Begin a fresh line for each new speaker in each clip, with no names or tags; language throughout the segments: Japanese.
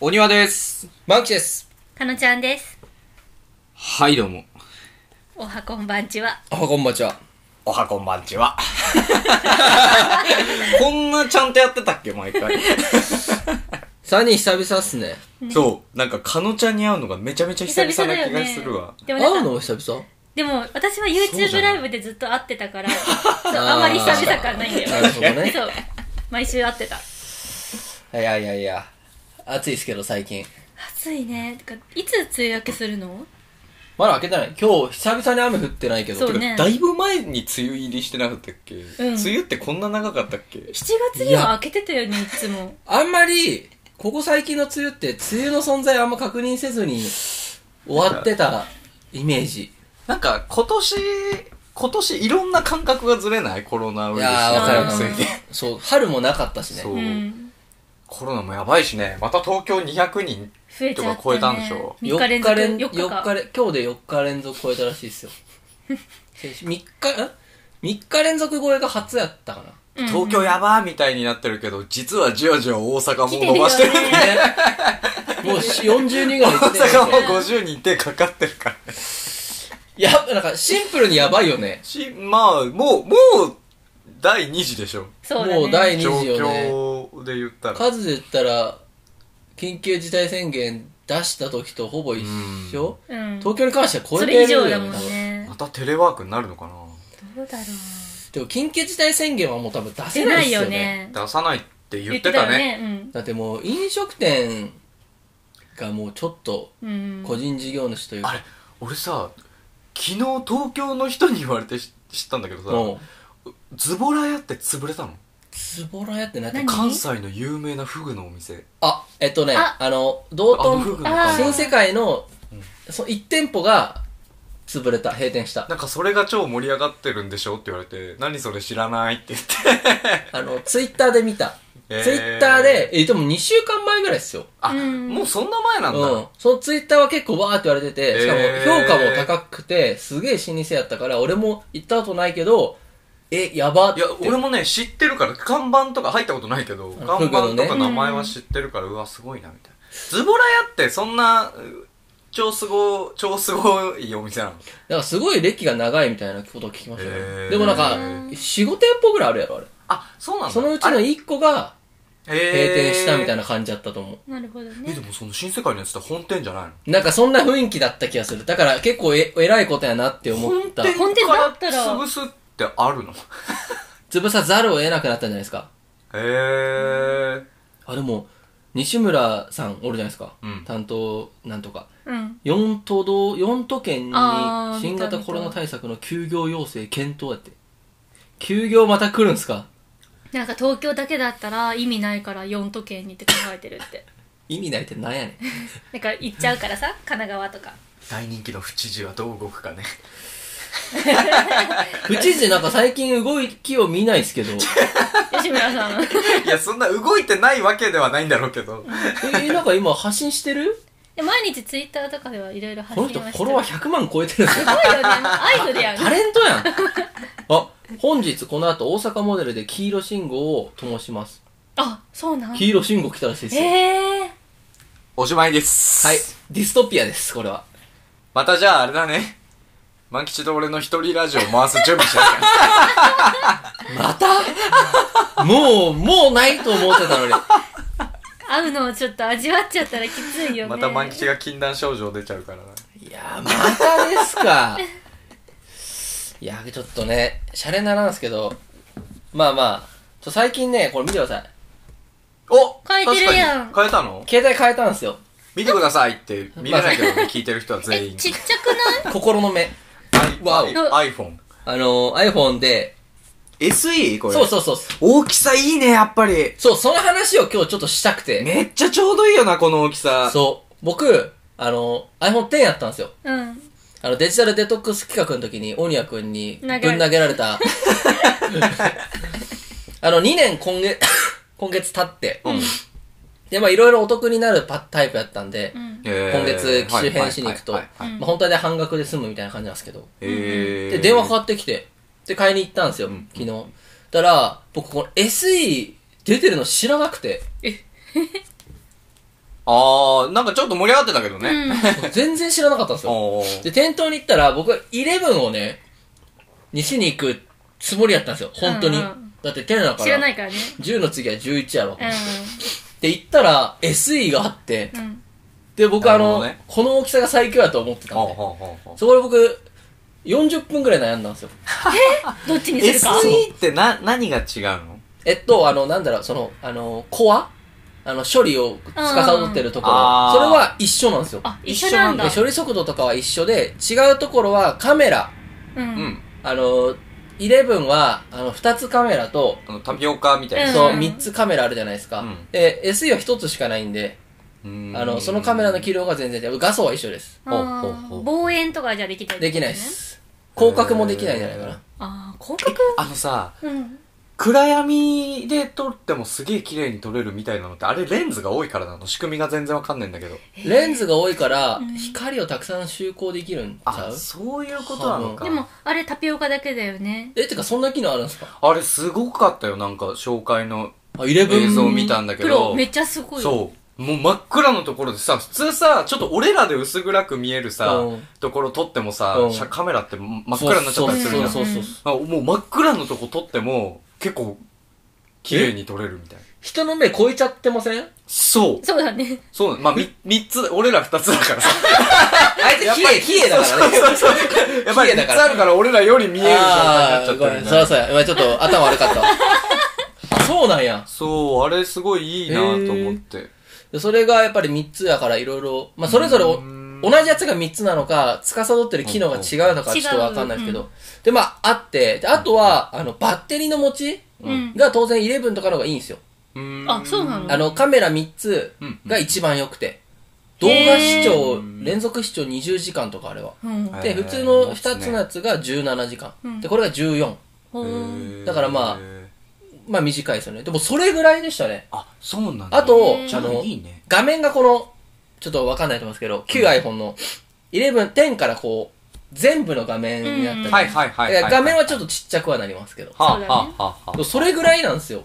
お庭です。
マンキです。
かのちゃんです。
はい、どうも。
おはこんばんちは。
おはこんばんちは。
おはこんばん ちは。こんなちゃんとやってたっけ、毎回。
3人久々っすね。
そう。なんか、かのちゃんに会うのがめちゃめちゃ久々な気がするわ。
でも
会
な
うん
か、
の久々
でも私は
そうじゃ
YouTube
ない
ライブでずっと会ってたから、そうあまり久々感ないんだよ。
なるほどね。
そう。毎週会ってた。
いやいやいや。暑いですけど最近。
暑いね。てかいつ梅雨明けするの
まだ開けてない。今日久々に雨降ってないけど。
そうね
だいぶ前に梅雨入りしてなかったっけ、梅雨ってこんな長かったっけ
?7 月には明けてたよね、いつも。
あんまり、ここ最近の梅雨って梅雨の存在あんま確認せずに終わってたイメージ。
なんか、今年、今年いろんな感覚がずれないコロナウイルス
いやーわかるわ
の
か
せ
る
いで。
そう、春もなかったしね。
そうう。
ん。
コロナもやばいしね。また東京200人
増えちゃ
と
っ
か超えた
た
んでし
ね
ょ。
3日連続。
連
4日
四
か。
日連今日で4日連続超えたらしいです よ。3日、ん ?3 日連続超えが初やったかな。
うん
東京やばーみたいになってるけど、実はじわじわ大阪
来
も
て
伸
るよ
ばしてる。
ね。
ねもうし40人ぐらい
大
行ってる
阪も50人手かかってるから。
いや、なんかシンプルにやばいよね。
し、まあ、もう、もう、第2次でしょ。
そうだね。
もう第二
状
次よね。
況で言ったら。
数で言ったら、緊急事態宣言出した時とほぼ一緒、
うん。
東京に関しては超え
そ
て
れ以
るよ
上
ね
だもんね
ま。たテレワークになるのか
どうだろ
でも緊急事態宣言はもう多分出
う。
せ
出
な
ない
っ
い
すよ
よ
ね。
ね。
な出さないって言ってたね。
よね。
だってもう飲食店がもうちょっと
うん。うん。
個人事業主という
あ
か、
れ、俺さ、昨日東京の人に言われてし知ったんだけど
もう、
さ、ズボラ屋って潰れたの
ズボラやってなって
何
関西の有名なフグのお店。
あ、えっとね、あ
あ
の、道
あ
頓
のフグの
あー
看
新
板
世界の
うん、
その1店舗が潰れた、閉店 した。
なんかそれが超盛り上がってるんでしょって言われて、何それ知らないって言って。
あの、ツイッターで見た。
えー
ツイッターで、え、でも2週間前ぐらいですよ。
あ、
うん
もうそんな前なんだ。
うん。そのツイッターは結構わーって言われてて、しかも
えー
評価も高くて、すげえ老舗やったから、俺も行ったことないけど、え、やばっ
い
て。
や、俺もね、知ってるから、看板とか入ったことないけど、
あ
看板と
フグ
か
の
ね
名前は知ってるから、うわ、すごいな、みたいな。ズボラ屋って、そんな、う超すご、超すごいお店なの
なんかすごい歴が長いみたいなことを聞きましたね。
へー
でもなんか、4、5店舗ぐらいあるやろ、あれ。
あ、そうなんだ。
そのうちの
あれ
1個が
閉
閉店したみたい
な。
な感じだったと思う。
なるほど
え、
ね
で。もその新世界のやつって本店じゃないの
なんかそんな雰囲気だった気がする。だから結構え、偉いことやなって思った。
本店だったら
潰すってあるのへ
潰さざるを得なくなったんじゃないですか。
え。
あ、でも、西村さんおるじゃないですか。
うん
担当なんとか。
うん。
4都道、四都県に
あー
新
見た
型
見た
コロナ対策の休業要請検討やって。休業また来るんすか
なんか東京だけだったら意味ないから4都県にって考えてるって。
意味ないってなんやねん。
なんか行っちゃうからさ、神奈川とか。
大人気の府知事はどう動くかね。
府知事なんか最近動きを見ないっすけど。
吉村さん。い
いや、そんな動いてないわけではないんだろうけど。
え、なんか今発信してる
や毎日ツイッターとかではいろいろ発
この
信
人
はして
フォ
る。
ロワー100万超えてるんですよ。
すごいよね。アイドルやん。
タレントやんあ、本日この後大阪モデルで黄色信号を灯します。
あ、そうなん
黄色信号来たらしいですよ。
へえ。
おしまいです。
はい。ディストピアです、これは。
またじゃああれだね。 万吉と俺の一人ラジオ回す準備し なきゃ。
またもう、もうないと思ってたのに。
会うのをちょっと味わっちゃったらきついよね。
また万吉が禁断症状出ちゃうからな。
いやー、またですか。いやー、ちょっとね、シャレにならんすけど、まあまあ、ちょ最近ね、これ見てください。
お
変えてるやん
確かに変えたの
携帯変えたんですよ。
見てくださいって見れないけどね、聞いてる人は全
え、
員。
ちっちゃくない
心の目。わお
iPhone。
あのー、iPhone で、
SE? これ。
そうそうそう。
大きさいいね、やっぱり。
そう、その話を今日ちょっとしたくて。
めっちゃちょうどいいよな、この大きさ。
そう。僕、あの、iPhone X やったんですよ。
うん。
あの、デジタルデトックス企画の時に、オニア君にぶ
投げら
ん
れた
投げられた。 あの、2年今月、 今月経って、
うん。
で、まあいろいろお得になるパタイプやったんで、
うん。
えー
今月機種変しに行くと、
はい
ま
はい
あ
はいはい
うん
本当はね半額で済むみたいな感じなんですけど、
えー
で、電話かかってきて、で、買いに行ったんですよ、
ん
昨日。たら、僕この SE 出てるの知らなくて、
あー、なんかちょっと盛り上がってたけどね。
うん。
全然知らなかったん ですよ。
おー
で、店頭に行ったら、僕は11をね、西に行くつもりやったんですよ。本当に。
うんうん
だって10だから。
知らないからね。
10の次は11やろ。で、
う
行ったら、SE があって、
ん。うん。
で、僕あ
なる
の、
ほどね
この大きさが最強やと思ってたん
ほう
で。
ほうほうほう
そこで僕、40分くらい悩んだんですよ。
どっちにするか。
SE ってな、何が違うの
えっと、あの、なんだろう、その、あの、コアあの、処理を司ってるところ。
うんあー
それは一緒なんですよ。
あ、一緒なんだ
で。処理速度とかは一緒で、違うところはカメラ。
う。
うんん。
あの、11は、あの、2つカメラと、
あの、タピオカみたいな。
そう、
うん
3つカメラあるじゃないですか。
うん
で、SE は1つしかないんで、
うん
あの、そのカメラの機量が全然違う。画素は一緒です。
ほう
あ
ほうほ
ー
う
望遠とかじゃできないってことね
できないで。す。広角もできないんじゃないかな。
ああ、広角
あのさ、
うん。
暗闇で撮ってもすげえ綺麗に撮れるみたいなのって、あれレンズが多いからなの。仕組みが全然わかんないんだけど。
レンズが多いから
うん、
光をたくさん集光できるんちゃ
あ、
う
そういうことなのか。
でも、あれタピオカだけだよね。
え、てかそんな機能あるんですか
あれすごかったよ、なんか紹介の
あ、11
映像を見たんだけ
プロ
ど。
めっちゃすごい。う。
そう。もう真っ暗のところでさ、普通さ、ちょっと俺らで薄暗く見えるさ、
うん
ところ撮ってもさ、
うん
シャカメラって真っ暗になっちゃったりするじゃん。
そうそうそうそう。
あもう真っ暗のとこ撮っても、結構、綺麗に撮れるみたいな。
人の目超えちゃってません
そう。
そうだね。
そうなのまあ、み、三つ、俺ら二つだからさ。
あいつ、冷え、冷えだからね。
やっぱり
綺麗だ
三つ
から
あるから俺らより見える状態
あ
にな
ー
っ
ご
ちゃっ
め
て
ん、
る
そら
ね。
そら。今ちょっと頭悪かったわ。あ、そうなんや。
そう、あれすごいいいなと思って。
それがやっぱり3つやからいろいろ、まあそれぞれお
うん
同じやつが3つなのか、司ってる機能が違うのかちょっとわかんないですけ
違う
ど。で、まああって、であとは、あの、バッテリーの持ち
うん。
が当然11とかの方がいいんですよ。
うーん
あ、そうなの
あの、カメラ3つが一番良くて。動画視聴
へ、ー
連続視聴20時間とかあれは。
うん。
はい
で、普通の2つのやつが17時間
うん。
で、これが14。
ほー
へー
だからまあまあ短いですよね。でもそれぐらいでしたね。
あ、そうなんだ。
あと
へ、ー
じゃ
あ
あ
の
い、いね。
画面がこの、ちょっとわかんないと思いますけど、旧 iPhone の11、10からこう、全部の画面になったり、
うん
はいはいはい
い
い
や
い。
画面はちょっとちっちゃくはなりますけど。
はあ、
そうだね
はあはあはあ。
それぐらいなんですよ。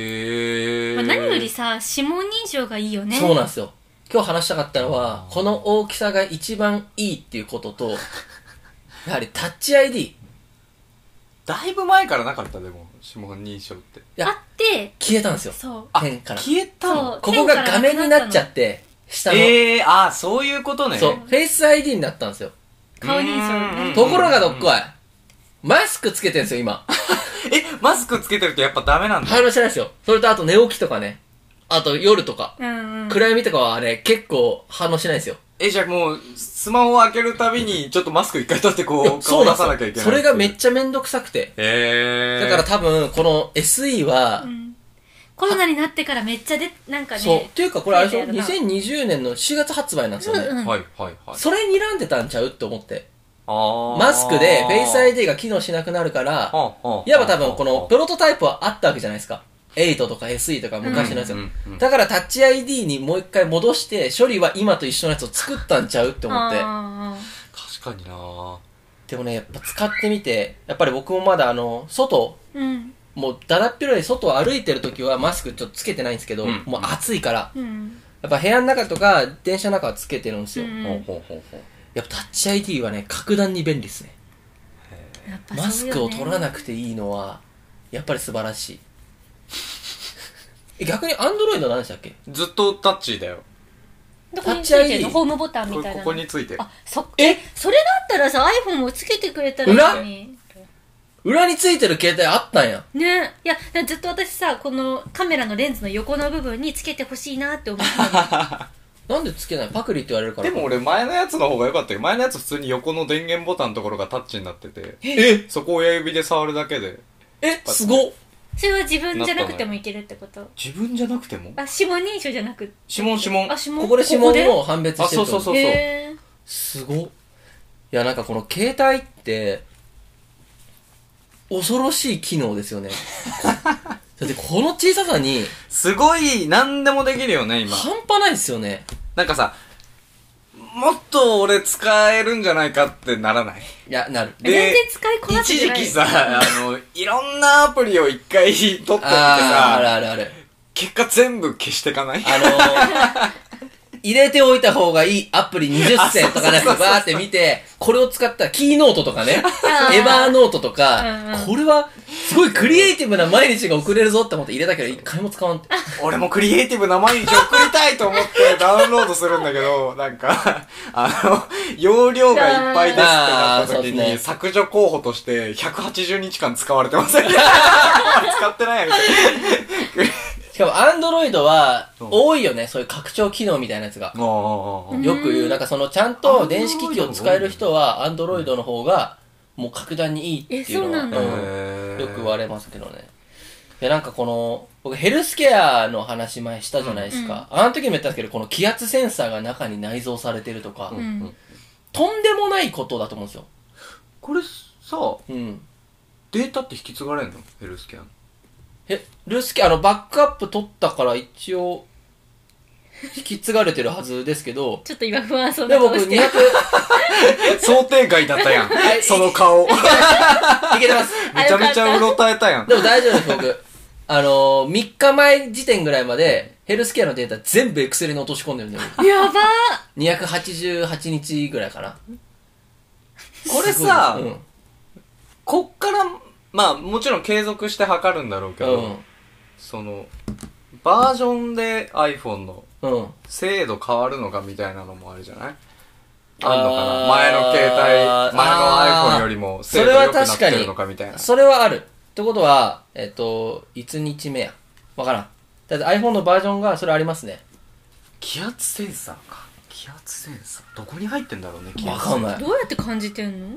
へえ。
まあ何よりさ、指紋認証がいいよね。
そうなん
ん
ですよ。今日話したかったのは、この大きさが一番いいっていうこと と、やはりタッチ ID。い
だいぶ前からなかったでも指紋認証って
あ
や、
って、
消えたんですよ。
そう。
あ
点から
消えた
そ
の
う。
ここが画面になっちゃって、下の、
ええー、ああそういうことね
そう、フェイス ID になったんですよ。
顔認証
うん
ね。
ところがどっこい、マスクつけてるんですよ、今。
えマスクつけてるとやっぱダメなんだ
反応してないですよ。それとあと寝起きとかね。あと夜とか。
うんうん。
暗闇とかはあれ結構反応しないですよ。
えじゃあもうスマホを開けるたびにちょっとマスク一回取ってこう顔出さなきゃいけない
それがめ
っち
っちゃめんどくさくて。
ゃへえ
だから多分この SE は、
うんコロナになってからめっちゃで、なんかね。
そう。っていうかこれあれでしょ
増えたよ
?2020 年の4月発売なんですよね。
うんうん。
はいはいはい
それにらんでたんちゃうって思って。
あ
マスクでフェイス
デ
ID が機能しなくなるから、いわば多分このプロトタイプはあったわけじゃないですか。8とか SE とか昔のやつよ
うんうんうんうん
だからタッチ ID にもう一回戻して、処理は今と一緒のやつを作ったんちゃうって思って。
あ
確かになー
でもね、やっぱ使ってみて、やっぱり僕もまだあの、外、
ーうん。
もうだだっ広い外を歩いてる時はマスクちょっとつけてないんですけど、
うん
もう暑いから、
うん。
やっぱ部屋の中とか電車の中はつけてるんですよ。
うん
ほうほうほうほう
やっぱタッチ ID はね、格段に便利ですね。
やっぱ
マスクを取らな
く
くていいのは、やっぱり素晴らしい。え逆にアンドロイドなんでしたっけ
ずっとタッチだよ
どこについてる
タッチ ID
のホームボタンみ
こ
た
れ
い
こ
なの
こについて
あ、そ、
え
それだったらさ、iPhone もつけてくれたらいいのに。
裏についてる携帯あったんや。
ねいや、ずっと私さ、このカメラのレンズの横の部分につけてほしいなって思ってたの
なんでつけないパクリって言われるから。
でも俺前のやつの方が良かったよ前のやつ普通に横の電源ボタンのところがタッチになってて
え、
そこ親指で触るだけで
え、すごっ。
それは自分じゃなくてもいけるってこと
自分じゃなくても
あ、指紋認証じゃなく
指紋指紋
あ、指紋
ここで指紋
で
を判別してるってこと
あそうそうそう
へー
すごっいやなんかこの携帯って恐ろしい機能ですよ ねだってこの小ささに
すごい何でもできるよね今
半端ないですよね
なんかさもっと俺使えるんじゃないかってならない
いやなる
で
全然使いこなせ
一
て
時
ない。
期さあのいろんなアプリを一回 取ってみて
あーある
さ
あるある
結果全部消してかない
あのー入れておいた方がいいアプリ20選とかなんかバーって見て、これを使ったらキーノートとか ね、
あー
エバーノートとか
うんう、ん
これはすごいクリエイティブな毎日が送れるぞって思って入れたけど、一回も使わんって。
俺もクリエイティブな毎日送りたいと思ってダウンロードするんだけど、 なんか、あの、容量がいっぱいですってなった
あ
時
ーそうです
に、
ね
削除候補として180日間使われ てません 使ってないやみたい
しかもアンドロイドは
そう
多いよね、そういう拡張機能みたいなやつが。
な。おーおーおー
ん
よく言う、なんかそのちゃんと電子機器を使える人はアンドロイドの方がもう格段にいいっていうのは
えそうなんだ
へー
よく言われますけどね。いやなんかこの、僕ヘルスケアの話前したじゃないですか。あの時も言ったんですけど、この気圧センサーが中に内蔵されてるとか、
ん
とんでもないことだと思うんですよ。
これさ、
うん。
データって引き継がれんのヘルスケアの。
え、ルースケ、あの、バックアップ取ったから一応、引き継がれてるはずですけど、
ちょっと今不安そう
で、
な顔
僕
して
200、い
る
想定外だった やん。その顔。
けてます。
めちゃめちゃうろたえたやん。
でも大丈夫です、僕。あのー、3日前時点ぐらいまで、ヘルスケアのデータ全部エクセルに落とし込んでるんだよ。
やばー
288日ぐらいかな。
これさ
すごいうん
こっから、まあもちろん継続して測るんだろうけど、その、バージョンで iPhone の
うん。うん。
精度変わるのかみたいなのもあるじゃないあんのかな
あー
前の携帯、前の
あー
iPhone よりも精
そ
度
れは
良くなっ
確か
てる
に
のかみたいな。。
それはある。ってことは、えっと、いつ日目や。わからん。だって iPhone のバージョンがそれありますね。
気圧センサーか。気圧センサー。どこに入ってんだろうね、気
わ
圧
かんない。
どうやって感じてんの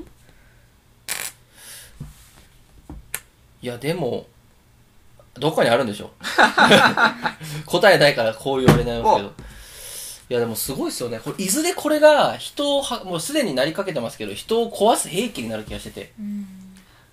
いや、でも、どっかにあるんでしょ 答えないからこう言われないんですけど。いや、でもすごいですよね。これいずれこれが人をは、もうすでになりかけてますけど、人を壊す兵器になる気がしてて。
うん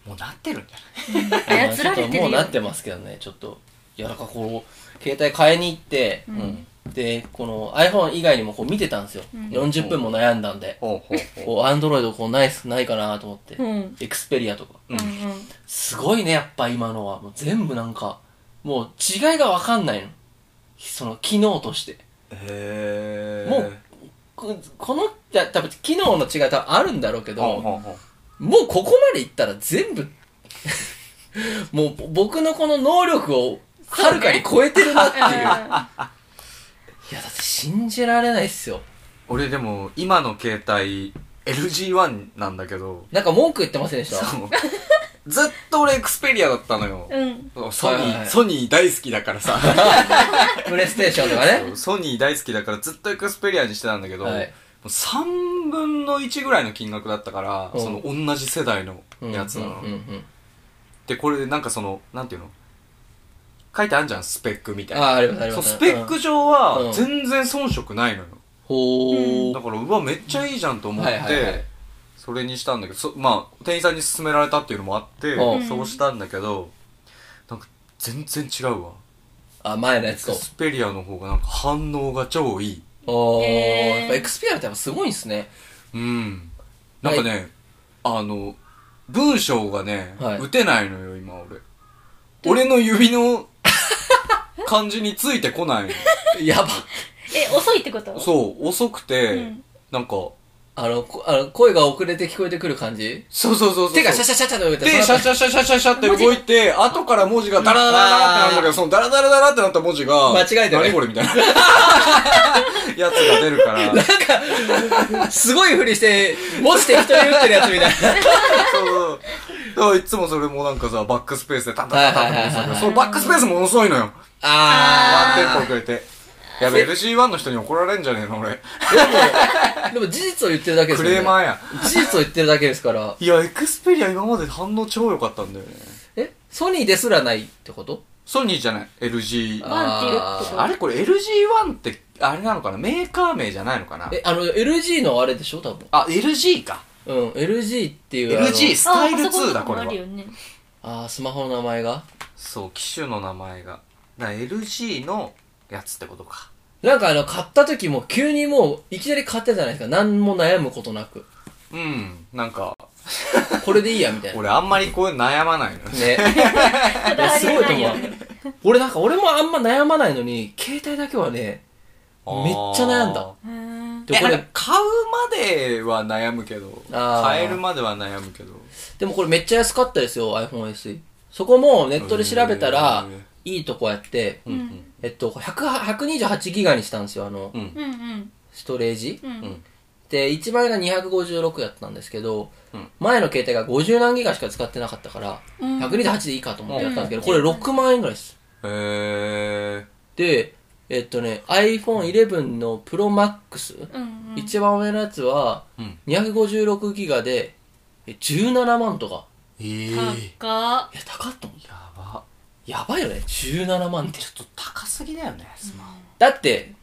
もうなってるんじゃない
操られて
ちょ
る
っと
よ
もうなってますけどね、ちょっと。いや、なんかこう、携帯買いに行って、
うん
で、この iPhone 以外にもこう見てたんですよ。
うん
40分も悩んだんで。
ほうほうほ
こう、Android こうないっす、ないかなと思って。
うん
エクスペリアとか。
う。う
うん
ん。
うん
すごいね、やっぱ今のは。もう全部なんか、もう違いがわかんないの。その、機能として。
へー。
もうここの、じゃ多分機能の違い多分あるんだろうけど、
ほうほうほう
もうここまでいったら全部、 もうぼ僕のこの能力をはるかに超えてるなっていう。いや、だって信じられないっすよ。
俺でも、今の携帯、LG1 なんだけど、
なんか文句言ってませんでした
そうずっと俺エクスペリアだったのよ。
うん
ソニ
はいはいは
ー、
い
ソニー大好きだ からさ。
プレイステーションとかね。
ソニー大好きだからずっとエクスペリアにしてたんだけど、
はい
もう3分の1ぐらいの金額だったから、
うん
その同じ世代の
うん
やつなの。
うんうん
で、これでなんかその、なんていうの書いてあるじゃん、スペックみたい
あ
な。
あ、ありますあり
そ
ま
う
す。
スペッ
うん
ク上
う
は
ん
全然遜色ないのよ。
ほ
だ
ー。
から、うわ、めっちゃいいじゃんと思っ
はいはいはい
て、それにしたんだけど、そまあ、店員さんに勧められたっていうのもあって、
うん
そうしたんだけど、なんか全然違うわ。
あ、前のや
エ
つ
ク
と。
スペリアの方がなんか反応が超いい。
おー、
へー
やっぱエクスペリアってやっぱすごいんすね。
うん。なんかね、あの、文章がね、
はい
打てないのよ、今俺。俺の指の感じについてこない
やば。
え遅いってこ と
の。そう、遅くて、
うん
なんか、
あの、こあの声が遅れて聞こえてくる感じ
そうそうそうそう。
手がシャシャシャシャって動いて
で、シ
そ
ャ
の
シャシャシャシャシャって動いて、後から文字がダラダラダラってなるんだけど、そのダラダラダラってなった文字が、
間違えてる
何これみたいな。やつが出るから。
後すごいふりして、文字適当に打ってるやつみたいな。
そうだからいつもそれもなんかさ、バックスペースでタンタンタンタンってさ
はいはいはいはい
そのバックスペースも遅いのよ。ワンテンポ
あ
遅れて。やべ、LG1 の人に怒られんじゃねえの俺。
ー。でも事実を言ってるだけです
ク
よね
レーマーや。
事実を言ってるだけですから。
いや、エクスペリア今まで反応超良かったんだよね。
えソニーですらないってこと
ソニーじゃない、LG。あ
ワンっていうってこと
れこれ LG1 って、あれなのかなメーカー名じゃないのかな
え、あの、LG のあれでしょ多分。
あ、LG か。
うん、LG っていう。あの
LG ス
あ
タイル
パソコン
2
と
だ、
か
こ
も
れ
あ
は
る。よね
あー、スマホの名前が
そう、機種の名前が。だから LG のやつってことか。
なんかあの、買った時も急にもう、いきなり買ったじゃないですか。何も悩むことなく。
うん、なんか、
これでいいや、みたいな。
俺あんまりこういう悩まないのよ。
ね。
こ
いや
だわ
す
り
ごい
な
と
い
思
よ
う
ね。
俺なんか俺もあんま悩まないのに、携帯だけはね、 めっちゃ悩んだ。
うーん
で、こ
えあ
れ
れ、買うまでは悩むけど、
あー
買えるまでは悩むけど。
でもこれめっちゃ安かったですよ、iPhone SE。そこもネットで調べたら
へー、
いいとこやって、
うんうん
えっと、100 128ギガにしたんですよ、あの
う、ん
うんうん
ストレージ。
うん
うん
で、一番が256やったんですけど
うん、
前の携帯が50何ギガしか使ってなかったから、
うん
128でいいかと思ってやったんですけど、
うん
これ6万円ぐらいです。
へ
で、えっとね、iPhone 11の Pro Max、
うんうん
一番上のやつは
ーうん。
256ギガで、え17万とか。
えー。
高っ
いや、高っと思って。
やば。
やばいよね、17万って
ち。ょっと高すぎだよね、スマホ。
だって、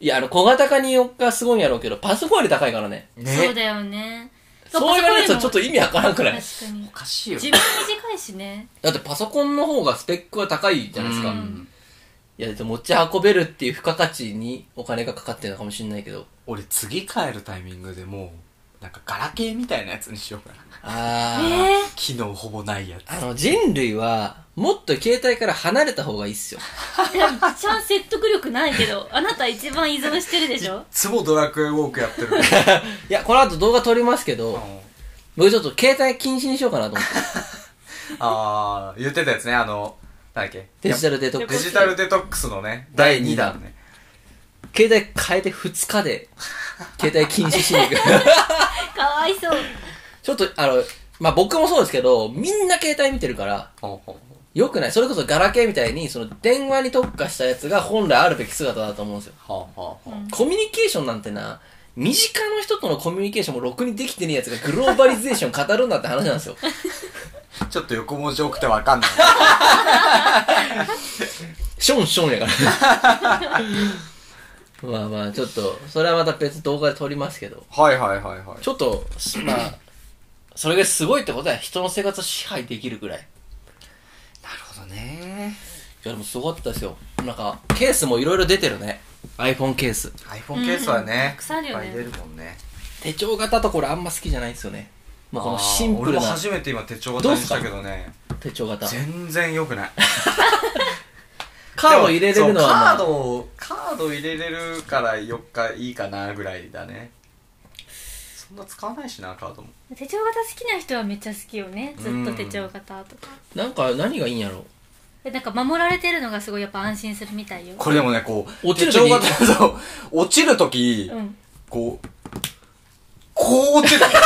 いや、あの、小型化によっかすごいんやろうけど、パソコンより高いからね。
そうだよね
そう言われるとちょっと
い
意味わからんく
く
ら
らい
い。
確かに
おかしいよ。
自分短いしね
だってパソコンの方がスペックは高いじゃないですか。
う
い
ん
や、だって持ち運べるっていう付加価値にお金がかかってるのかもしれないけど。
俺次帰るタイミングでもう、なんかガラケーみたいなやつにしようかな。
あ
え
ー。
ー
機能ほぼないやつ。
あの、人類は、もっと携帯から離れた方がいいっすよ。
いや一番説得力ないけどあなた一番依存してるでしょ
つもドラクエウォークやってる。
いや、この後動画撮りますけど、僕ちょっと携帯禁止にしようかなと思って。
ああ、言ってたやつね、あの、なんだっけ。
デジタルデトッ
ル
ク
デ
ス。
ジタルデトックスのね、
第
第
二
2
弾
弾ね。
携帯変えて2日で、携帯禁止しに行く。
かわいそう
ちょっと、あの、まあ、僕もそうですけど、みんな携帯見てるから、
ほうほう
よくない。それこそガラケーみたいに、その電話に特化したやつが本来あるべき姿だと思うんですよ。
ほうほうほう
コミュニケーションなんてな、身近の人とのコミュニケーションもろくにできてねえやつがグローバリゼーション語るんだって話なんですよ。
ちょっと横文字多くてわかんない。
ションションやから。 まあまあ、ちょっと、それはまた別動画で撮りますけど、
はいはいはいはい。
ちょっと、まあ、それがすごいってことは人の生活を支配できるぐらい。
なるほどね。
いやでもすごかったですよなんかケースもいろいろ出てるね iPhone ケース
iPhone ケースは
うん
ね、
たくさんあるよね
いっぱい出るもんね。
手帳型とこれあんま好きじゃないんですよねもうこのシンプル
あー俺も
な
初めて今手帳型にしたけどね。
手帳型
全然良くない。
カード入れれるのは、まあ
でもそうカードを、カード入れれるからよっかいいかなぐらいだね。そんな使わないしな、カードも。
手帳型好きな人はめっちゃ好きよねずっと手帳型とか
なんか何がいいんやろ
でなんか守られてるのがすごいやっぱ安心するみたいよ
これでもね、こう、
落ちる時
手帳型そう落ちるとき、
うん
こう、こう落ちる。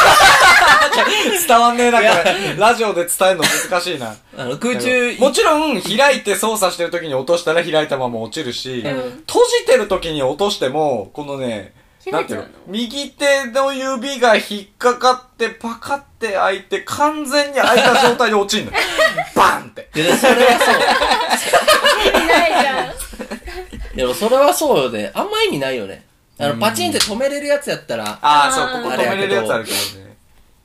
伝わんねえな、これ。ラジオで伝えるの難しいな。
あの空中
もちろん、開いて操作してる時に落としたら開いたまま落ちるし、
うん
閉じてる時に落としても、このね、な
開い
んて
ちゃ
いう
うの
の右手の指が引っかかって、パカって開いて、完全に開いた状態で落ちんの。 バンって。
いやでもそれは
いないじゃん
そう でもそれはそうよねあんま意味ないよねあのパチンって止めれるやつやったら
ああ、
あー
そう、ここ止めれるやつあるけどね。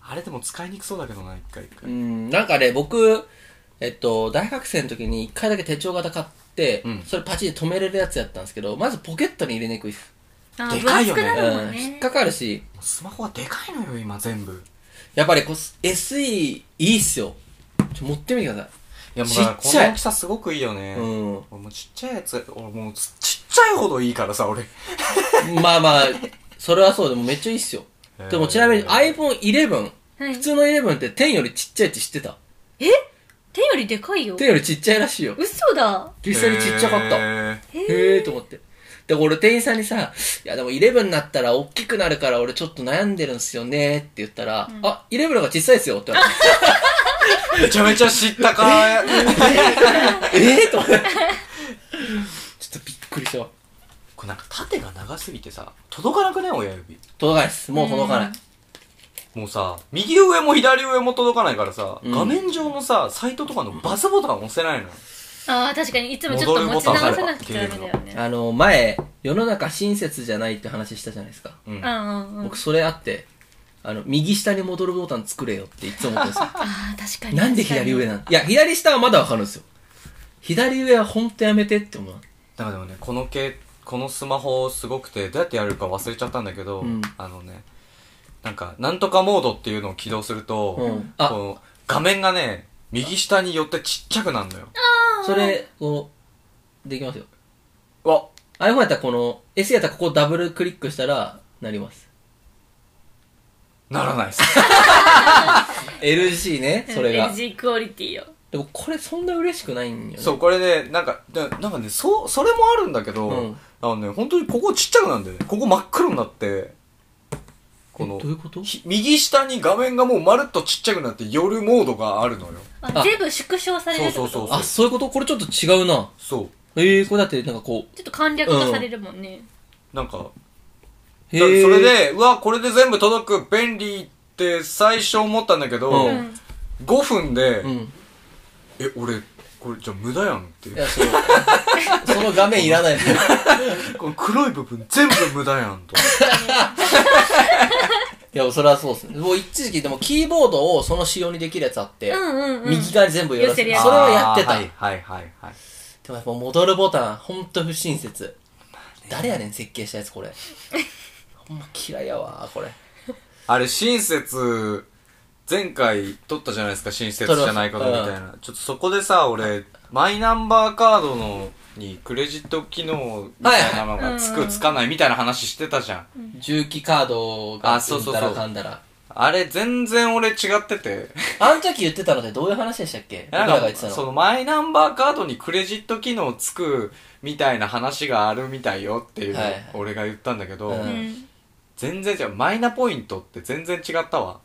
あれでも使いにくそうだけどな、一回一
う
回。
んなんかね僕えっと大学生の時に一回だけ手帳型買って、
うん
それパチンで止めれるやつやったんですけどまずポケットに入れにくいっす、
あ
でかいよね
分厚くなるも
うんん、引っ
ね
かかるし
スマホはでかいのよ、今、全部。
やっぱりこう SE いいっすよ。ちょ持ってみてくださ
いや、もう
ちっ
だからこ
ちゃい
の大きさすごくいいよね。
い。う
俺もうちっちゃいやつ、俺もうちちっちゃいほどいいからさ、俺。
ん。まあまあ、それはそうでもめっちゃいいっすよ。でもちなみに
あえ
iPhone 11、
はい
普通の11って10よりちっちゃいって知ってた
え手よりでかいよ
?10 よりちっちゃいらしいよ。
嘘だ
実際にちっちゃかった。へえーと思って。で、俺店員さんにさ、いやでも11になったら大きくなるから俺ちょっと悩んでるんすよねって言ったら、あ、11の方が小さいっすよって言われ
めちゃめちゃ知ったか
て。えーと思って。ちょっとびっくりしたわ。
これなんか縦が長すぎてさ、届かなくね親指。
届かないっす。もう届かない。
もうさ、右上も左上も届かないからさ、
うん
画面上のさ、サイトとかのバスボタン押せないの。
あー確かにいつもちょっと持ち直さなくちゃダメだよね
あの、前、世の中親切じゃないって話したじゃないですか。
うん
う。んうんうん
僕、それあって、あの、右下に戻るボタン作れよっていつも思ってるんです
あー確か
よ。
に
なんで左上なのいや、左下はまだわかるんですよ。左上はほんとやめてって思う。
だからでもね、この系、このスマホすごくて、どうやってやるか忘れちゃったんだけど、
うん
あのね、なんか、なんとかモードっていうのを起動すると、
うんあ
この画面がね、右下によってちっちゃくなるのよ。
それを、できますよ。
わ、
iPhone やったらこの、S やったらここダブルクリックしたら、なります。
ならないです。
LG ね、それが。
LG クオリティよ。
でもこれそんな嬉しくないんよね。
そう、これで、なんか、ななんかね、そう、それもあるんだけど、
うん
あのね、本当にここちっちゃくなんだよね。ここ真っ黒になって、この
どう、いうこと
ひ右下に画面がもうまるっとちっちゃくなって夜モードがあるのよ。
あ
あ
全部縮小されるってこと
そうそうそう
あ、そういうことこれちょっと違うな。
そ
ええー、これだってなんかこ
ちょっと簡略化されるもんね。
う。なんか、
う。
だからそれ
へー、
で、うわ、これで全部届く、便利って最初思ったんだけど、
う
うんん。
5分で、
うん。
え、俺、これじゃあ無駄やんってい。
いうや、 そう。その画面いらないのよ。
この黒い部分全部無駄やんと。
いや、それはそうですね。もう一時期、でもキーボードをその仕様にできるやつあって、
うんうんうん。
右側に全部寄らせ
寄せる
る。
やつ
それはやってた。
あーはいはいはいはい。
でもやっぱ戻るボタン、ほんと不親切。誰やねん、設計したやつ、 これ。ほんま嫌いやわ、これ。
あれ、親切、前回撮ったじゃないですか、親切じゃないことみたいな。ちょっとそこでさ、俺、マイナンバーカードの、にクレジット機能みたいなのがつ
はい
くつかないみたいな話してたじゃん。
重機カードが、
あそうそうそうん
たらかんだら。
あれ、全然俺違ってて。
あの時言ってたのってどういう話でしたっけ僕
な
ら
ん
が
か
言ってたの。
そのマイナンバーカードにクレジット機能つくみたいな話があるみたいよっていうのを
はいはい
俺が言ったんだけど、
うん
うん。
全然違うマイナポイントって全然違ったわ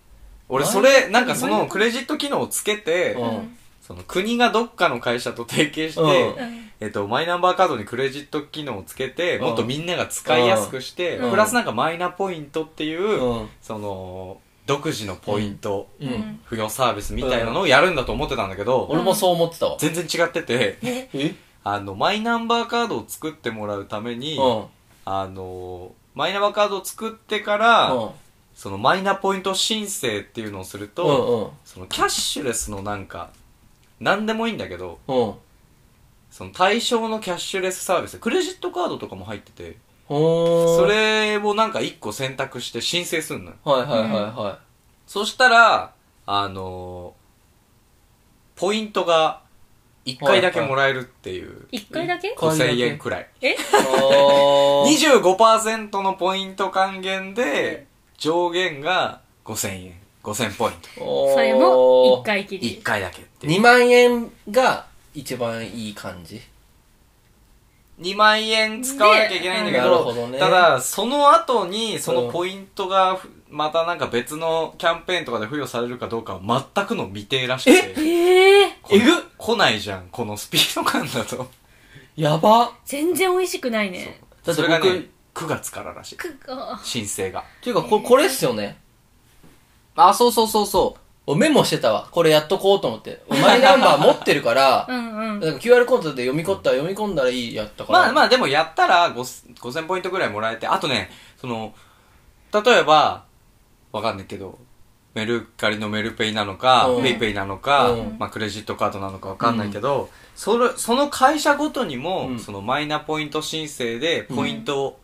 俺
マイ
そ
ナ
れなんかそのクレジット機能をつけて、
うん
その国がどっかの会社と提携して、
うん
うん
えっと、マイナンバーカードにクレジット機能をつけて、
うん
もっとみんなが使いやすくして、
うん
プラスなんかマイナポイントっていう、
うん。
その独自のポイント、
う
うんん。
付与サービスみたいなのをやるんだと思ってたんだけど、
俺もそう思ってたわ。
全然違ってて、
え
え
あの、マイナンバーカードを作ってもらうために、
うん。
あの、マイナンバーカードを作ってから、
うん。
そのマイナポイント申請っていうのをすると、
う
そのキャッシュレスのなんか、なんでもいいんだけど、
ん。うん。うん。
その対象のキャッシュレスサービス、クレジットカードとかも入ってて、
ほー。
それをなんか一個選択して申請するのよ。
はいはいはいは
そしたら、あの、ポイントが1回だけもらえるっていう、
一回だけ
一回だけ
5000円くらい。
え
い。あ ー。
25%のポイント還元で、上限が5000円。5000ポイント。
おー
それも一回き
1
り。
回だけっていう。
2万円が一番いい感じ
2万円使わなきゃいけないんだけ
なる
ど、
ほどね
ただ、その後に、そのポイントがふ、またなんか別のキャンペーンとかで付与されるかどうかは全くの未定らしくて。
ええ。
この
えぐっ
来ないじゃん、このスピード感だと。
やば
全然美味しくないね。
だって僕
それがね、9月かららしい。
くあ
申請が。
っていうかこれこれっすよね
あ、そうそうそうそう。
俺メモしてたわこれやっとこうと思ってマイナンバー持ってるから
うんうん。
だから QR コードで読み込ったら読み込んだらいいやったから
まあまあでもやったら5000 5000ポイントぐらいもらえて、あとね、その、例えば、わかんないけど、メルカリのメルペイなのか
う、ん
ペイペイなのか
うん、
まあクレジットカードなのかわかんないけど、それ、その会社ごとに
う
も、
ん
そのマイナポイント申請でポイントを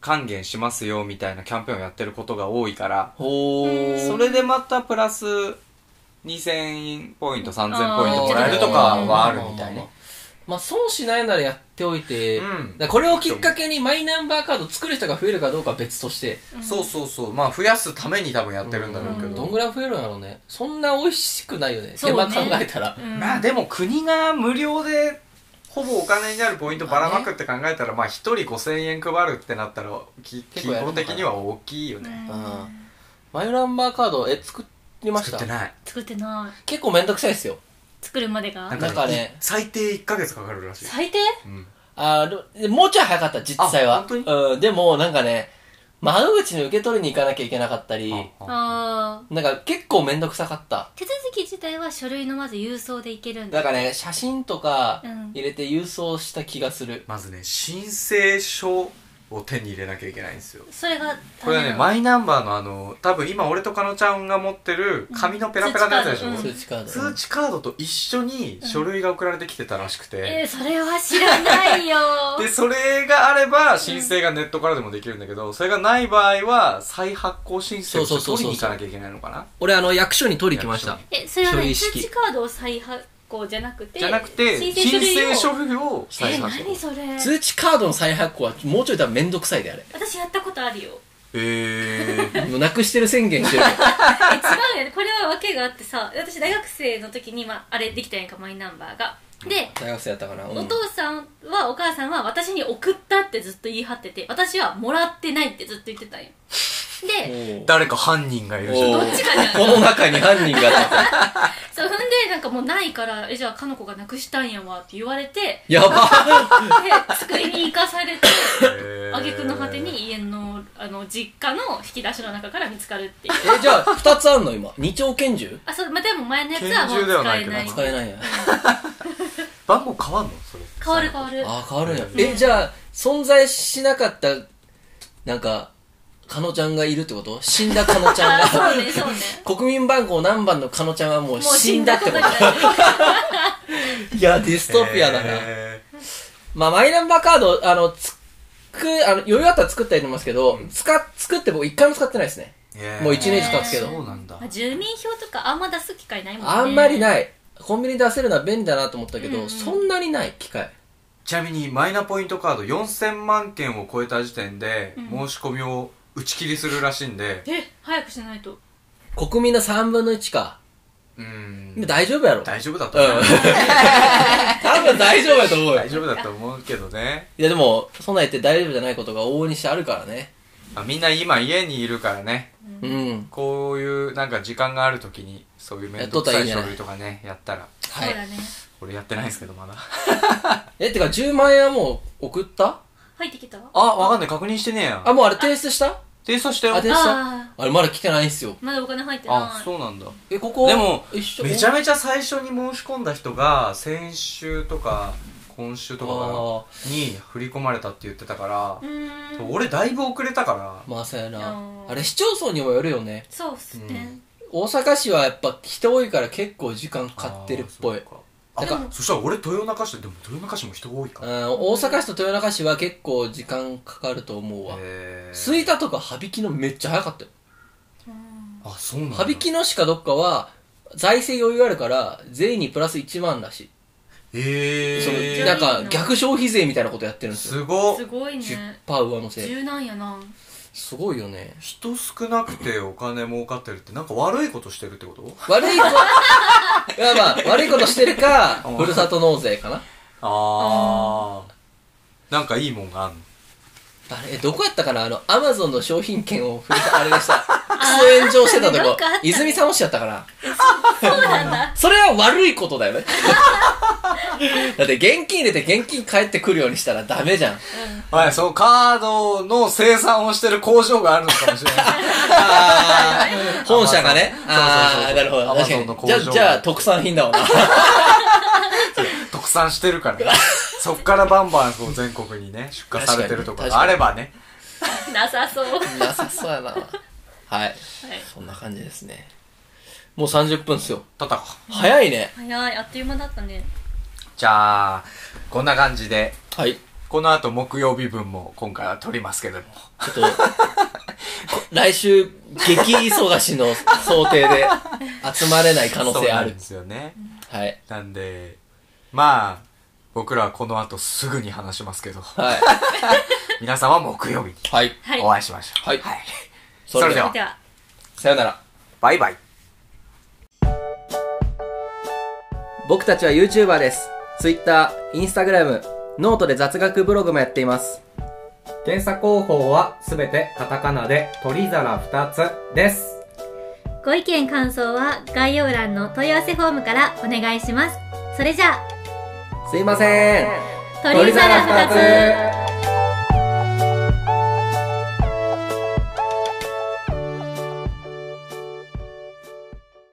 還元しますよみたいなキャンペーンをやってることが多いから、
ほー
それでまたプラス2000ポイント、3000ポイントも
も
らえるとかはあるみた
ま
いね
あ。まあ損しないならやっておいて、
うん
だからこれをきっかけにマイナンバーカード作る人が増えるかどうかは別として
そうそうそう。まあ、増やすために多分やってるんだろうけど。
うん
どんぐらい増えるんだろうねそんな美味しくないよね
そうね
手間考えたら、
うん
まあ、でも国が無料で、ほぼお金になるポイントばらまくって考えたら、まあ、一人5000円配るってなったら、き
結
規
構やる
模
のかな
的には大きいよね。
うんマイナンバーカードえ作りまし
作
た
ってない。
作ってな
結構めんどくさいですよ
い。作るまでが
なん
なんかね
最低1ヶ月かかるらしい。
最低
うん。
あーでもうちょい早かった実際は
あ本
うん、でもなんかね窓口に受け取りに行かなきゃいけなかったり
ああ。
なんか結構めんどくさかった
手続き自体は書類のまず郵送でいけるんだ。
だからね写真とか
うん
入れて郵送した気がする、
まずね、申請書を手に入れなきゃいけないんですよ。
それが、
これはね、マイナンバーのあの、多分今俺とかのちゃんが持ってる紙のペラペラのやつでしょ、
うん
通知カード
通知カードと一緒に書類が送られてきてたらしくて。
えー、それは知らないよ
で、それがあれば、申請がネットからでもできるんだけど、それがない場合は、再発行申請をして取りに行かなきゃいけないのかな
俺あの役所に取りに来ました
え、それは
書類
ね、
式
通知カードを再発行じゃなくて
じゃなくて
申請書
申
類を
請書
え
類を再発
何
行
それ
通知カードの再発行はもうちょい多分めんどくさいであれ
私やったことある よ
へえ
もうなくしてる宣言 してるから
え違うよねこれは訳があってさ私大学生の時に、まあ、あれできたやんかマイナンバーがで
大学生やったかな、うん
お父さんはお母さんは私に送ったってずっと言い張ってて私はもらってないってずっと言ってたんよで
おー
誰か犯人がいるじゃん
お
ど
ー
っちかじゃん
この中に犯人がいた
そう踏んでなんかもうないからえじゃあかの子がなくしたんやわって言われ て
やば
で机に行かされて
へー
挙句の果てに家のあの実家の引き出しの中から見つかるっていう
えじゃあ2つあんの今二丁拳銃
あそう、まあ、でも前のやつはもう
拳銃では
使
な
え
いけど
ない
使えないや
番号変わんのそれ
変わる変わる
ああ変わるんや
うん
えじゃあ存在しなかったなんかかのちゃんがいるってこと死んだかのちゃん
あそう
が
ねそうね
国民番号何番のかのちゃんはもう
もう
死
死
ん
ん
だ
だ
っ
こ
て
と
こ
だ
と
からね
いやディストピアだな、
へ
まあマイナンバーカードあのつくあの余裕あったら作ったりしますけど、使っ作って僕一回も使ってないですね
ー
もう一
年経つけ
ど
そうなんだ
まあ、住民票とかあんま出す機会ないもんね
あんまり
い
ないコンビニ出せるのは便利だなと思ったけど、
うんうん
そんなにない機会
ちなみにマイナポイントカード4000万件を超えた時点で
うん
申し込みを打ち切りするらしいんで
え早くしないと
国民の3分の1か
うん
大丈夫やろ
大丈夫だと
うん
思う
多分大丈夫やと思うよ
大丈夫だと思うけどね
いやでも、そんなん言って大丈夫じゃないことが往々にしてあるからね。
まあみんな今家にいるからね
うん。
こういうなんか時間がある時にそういう面倒くさい書類とかねやったら
は
そうだ
い。
ね
俺やってないですけどまだ
え、てか10万円はもう送った
入ってきた
あわかんない確認してねえや
あ、もうあれ提出した
提出したよ
あでした
あ
あれまだ来てないんすよ。
まだお金入ってない
あそうなんだ
え、ここ
でも
一緒
めちゃめちゃ最初に申し込んだ人が先週とか今週とか
あ
かなに振り込まれたって言ってたか
う
ら
ーん
俺だいぶ遅れたか
まあそうやな
あー
あれ市町村にもよるよね
そうっすね、
大阪市はやっぱ人多いから結構時間
ら
かかってるっぽいうん
あーそうかあ
なんか
そしたら俺豊中市でも豊中市も人多いから
大阪市と豊中市は結構時間かかると思うわ
へー
吹田とか羽曳野めっちゃ早かったよ
うん
あそうなんだ
羽曳野市かどっかは財政余裕あるから税にプラス1万だしい
へ
そ
え
の
ー
なんか逆消費税みたいなことやってるんですよ
すごっ
すごいね
10%上乗せ
柔軟やな
すごいよね
人少なくてお金儲かってるってなんか悪いことしてるってこと
悪いこといやまあ悪いことしてるか
うん
ふるさと納税かな
ああなんかいいもんがあんの
あれどこやったかなあのアマゾンの商品券をふるさあれでした出演上してたと
なん
こ
かあったね
泉佐野市やったから
そうなんだ
それは悪いことだよね だって現金入れて現金返ってくるようにしたらダメじゃん
はい、そのカードの生産をしてる工場があるのかもしれない。
あー本社がね
そうそうそう
ああなるほど確
Amazon の
か
工
にじゃ
場
あじゃあ特産品だわな
特産してるからね。そっからバンバンこう全国にね、出荷されてるとか
確か
があ
に
ればね。
うん なさそうはい
なさそうやなはいそんな感じですねもう30分っすよ
たたこ。
早いね
早いあっという間だったね
じゃあ、こんな感じで、
はいち
この後木曜日分も今回は撮りますけども。
ょっとこ 来週激忙しの想定で集まれない可能性あ
そうなん
る
ですよね。
はい
なんで、まあ、僕らはこの後すぐに話しま すけど、
はい
皆さんは木曜日に
はい
はい
お会いしましょう。
はい
はい。
それで
で
は
は
では
さよなら
バイバイ。
僕たちは YouTuber です。Twitter、Instagram、ノートで雑学ブログもやっています。
検査方法はすべてカタカナで鳥皿2つです。
ご意見感想は概要欄の問い合わせフォームからお願いしますそれじゃあ
すいません。
鳥皿2つ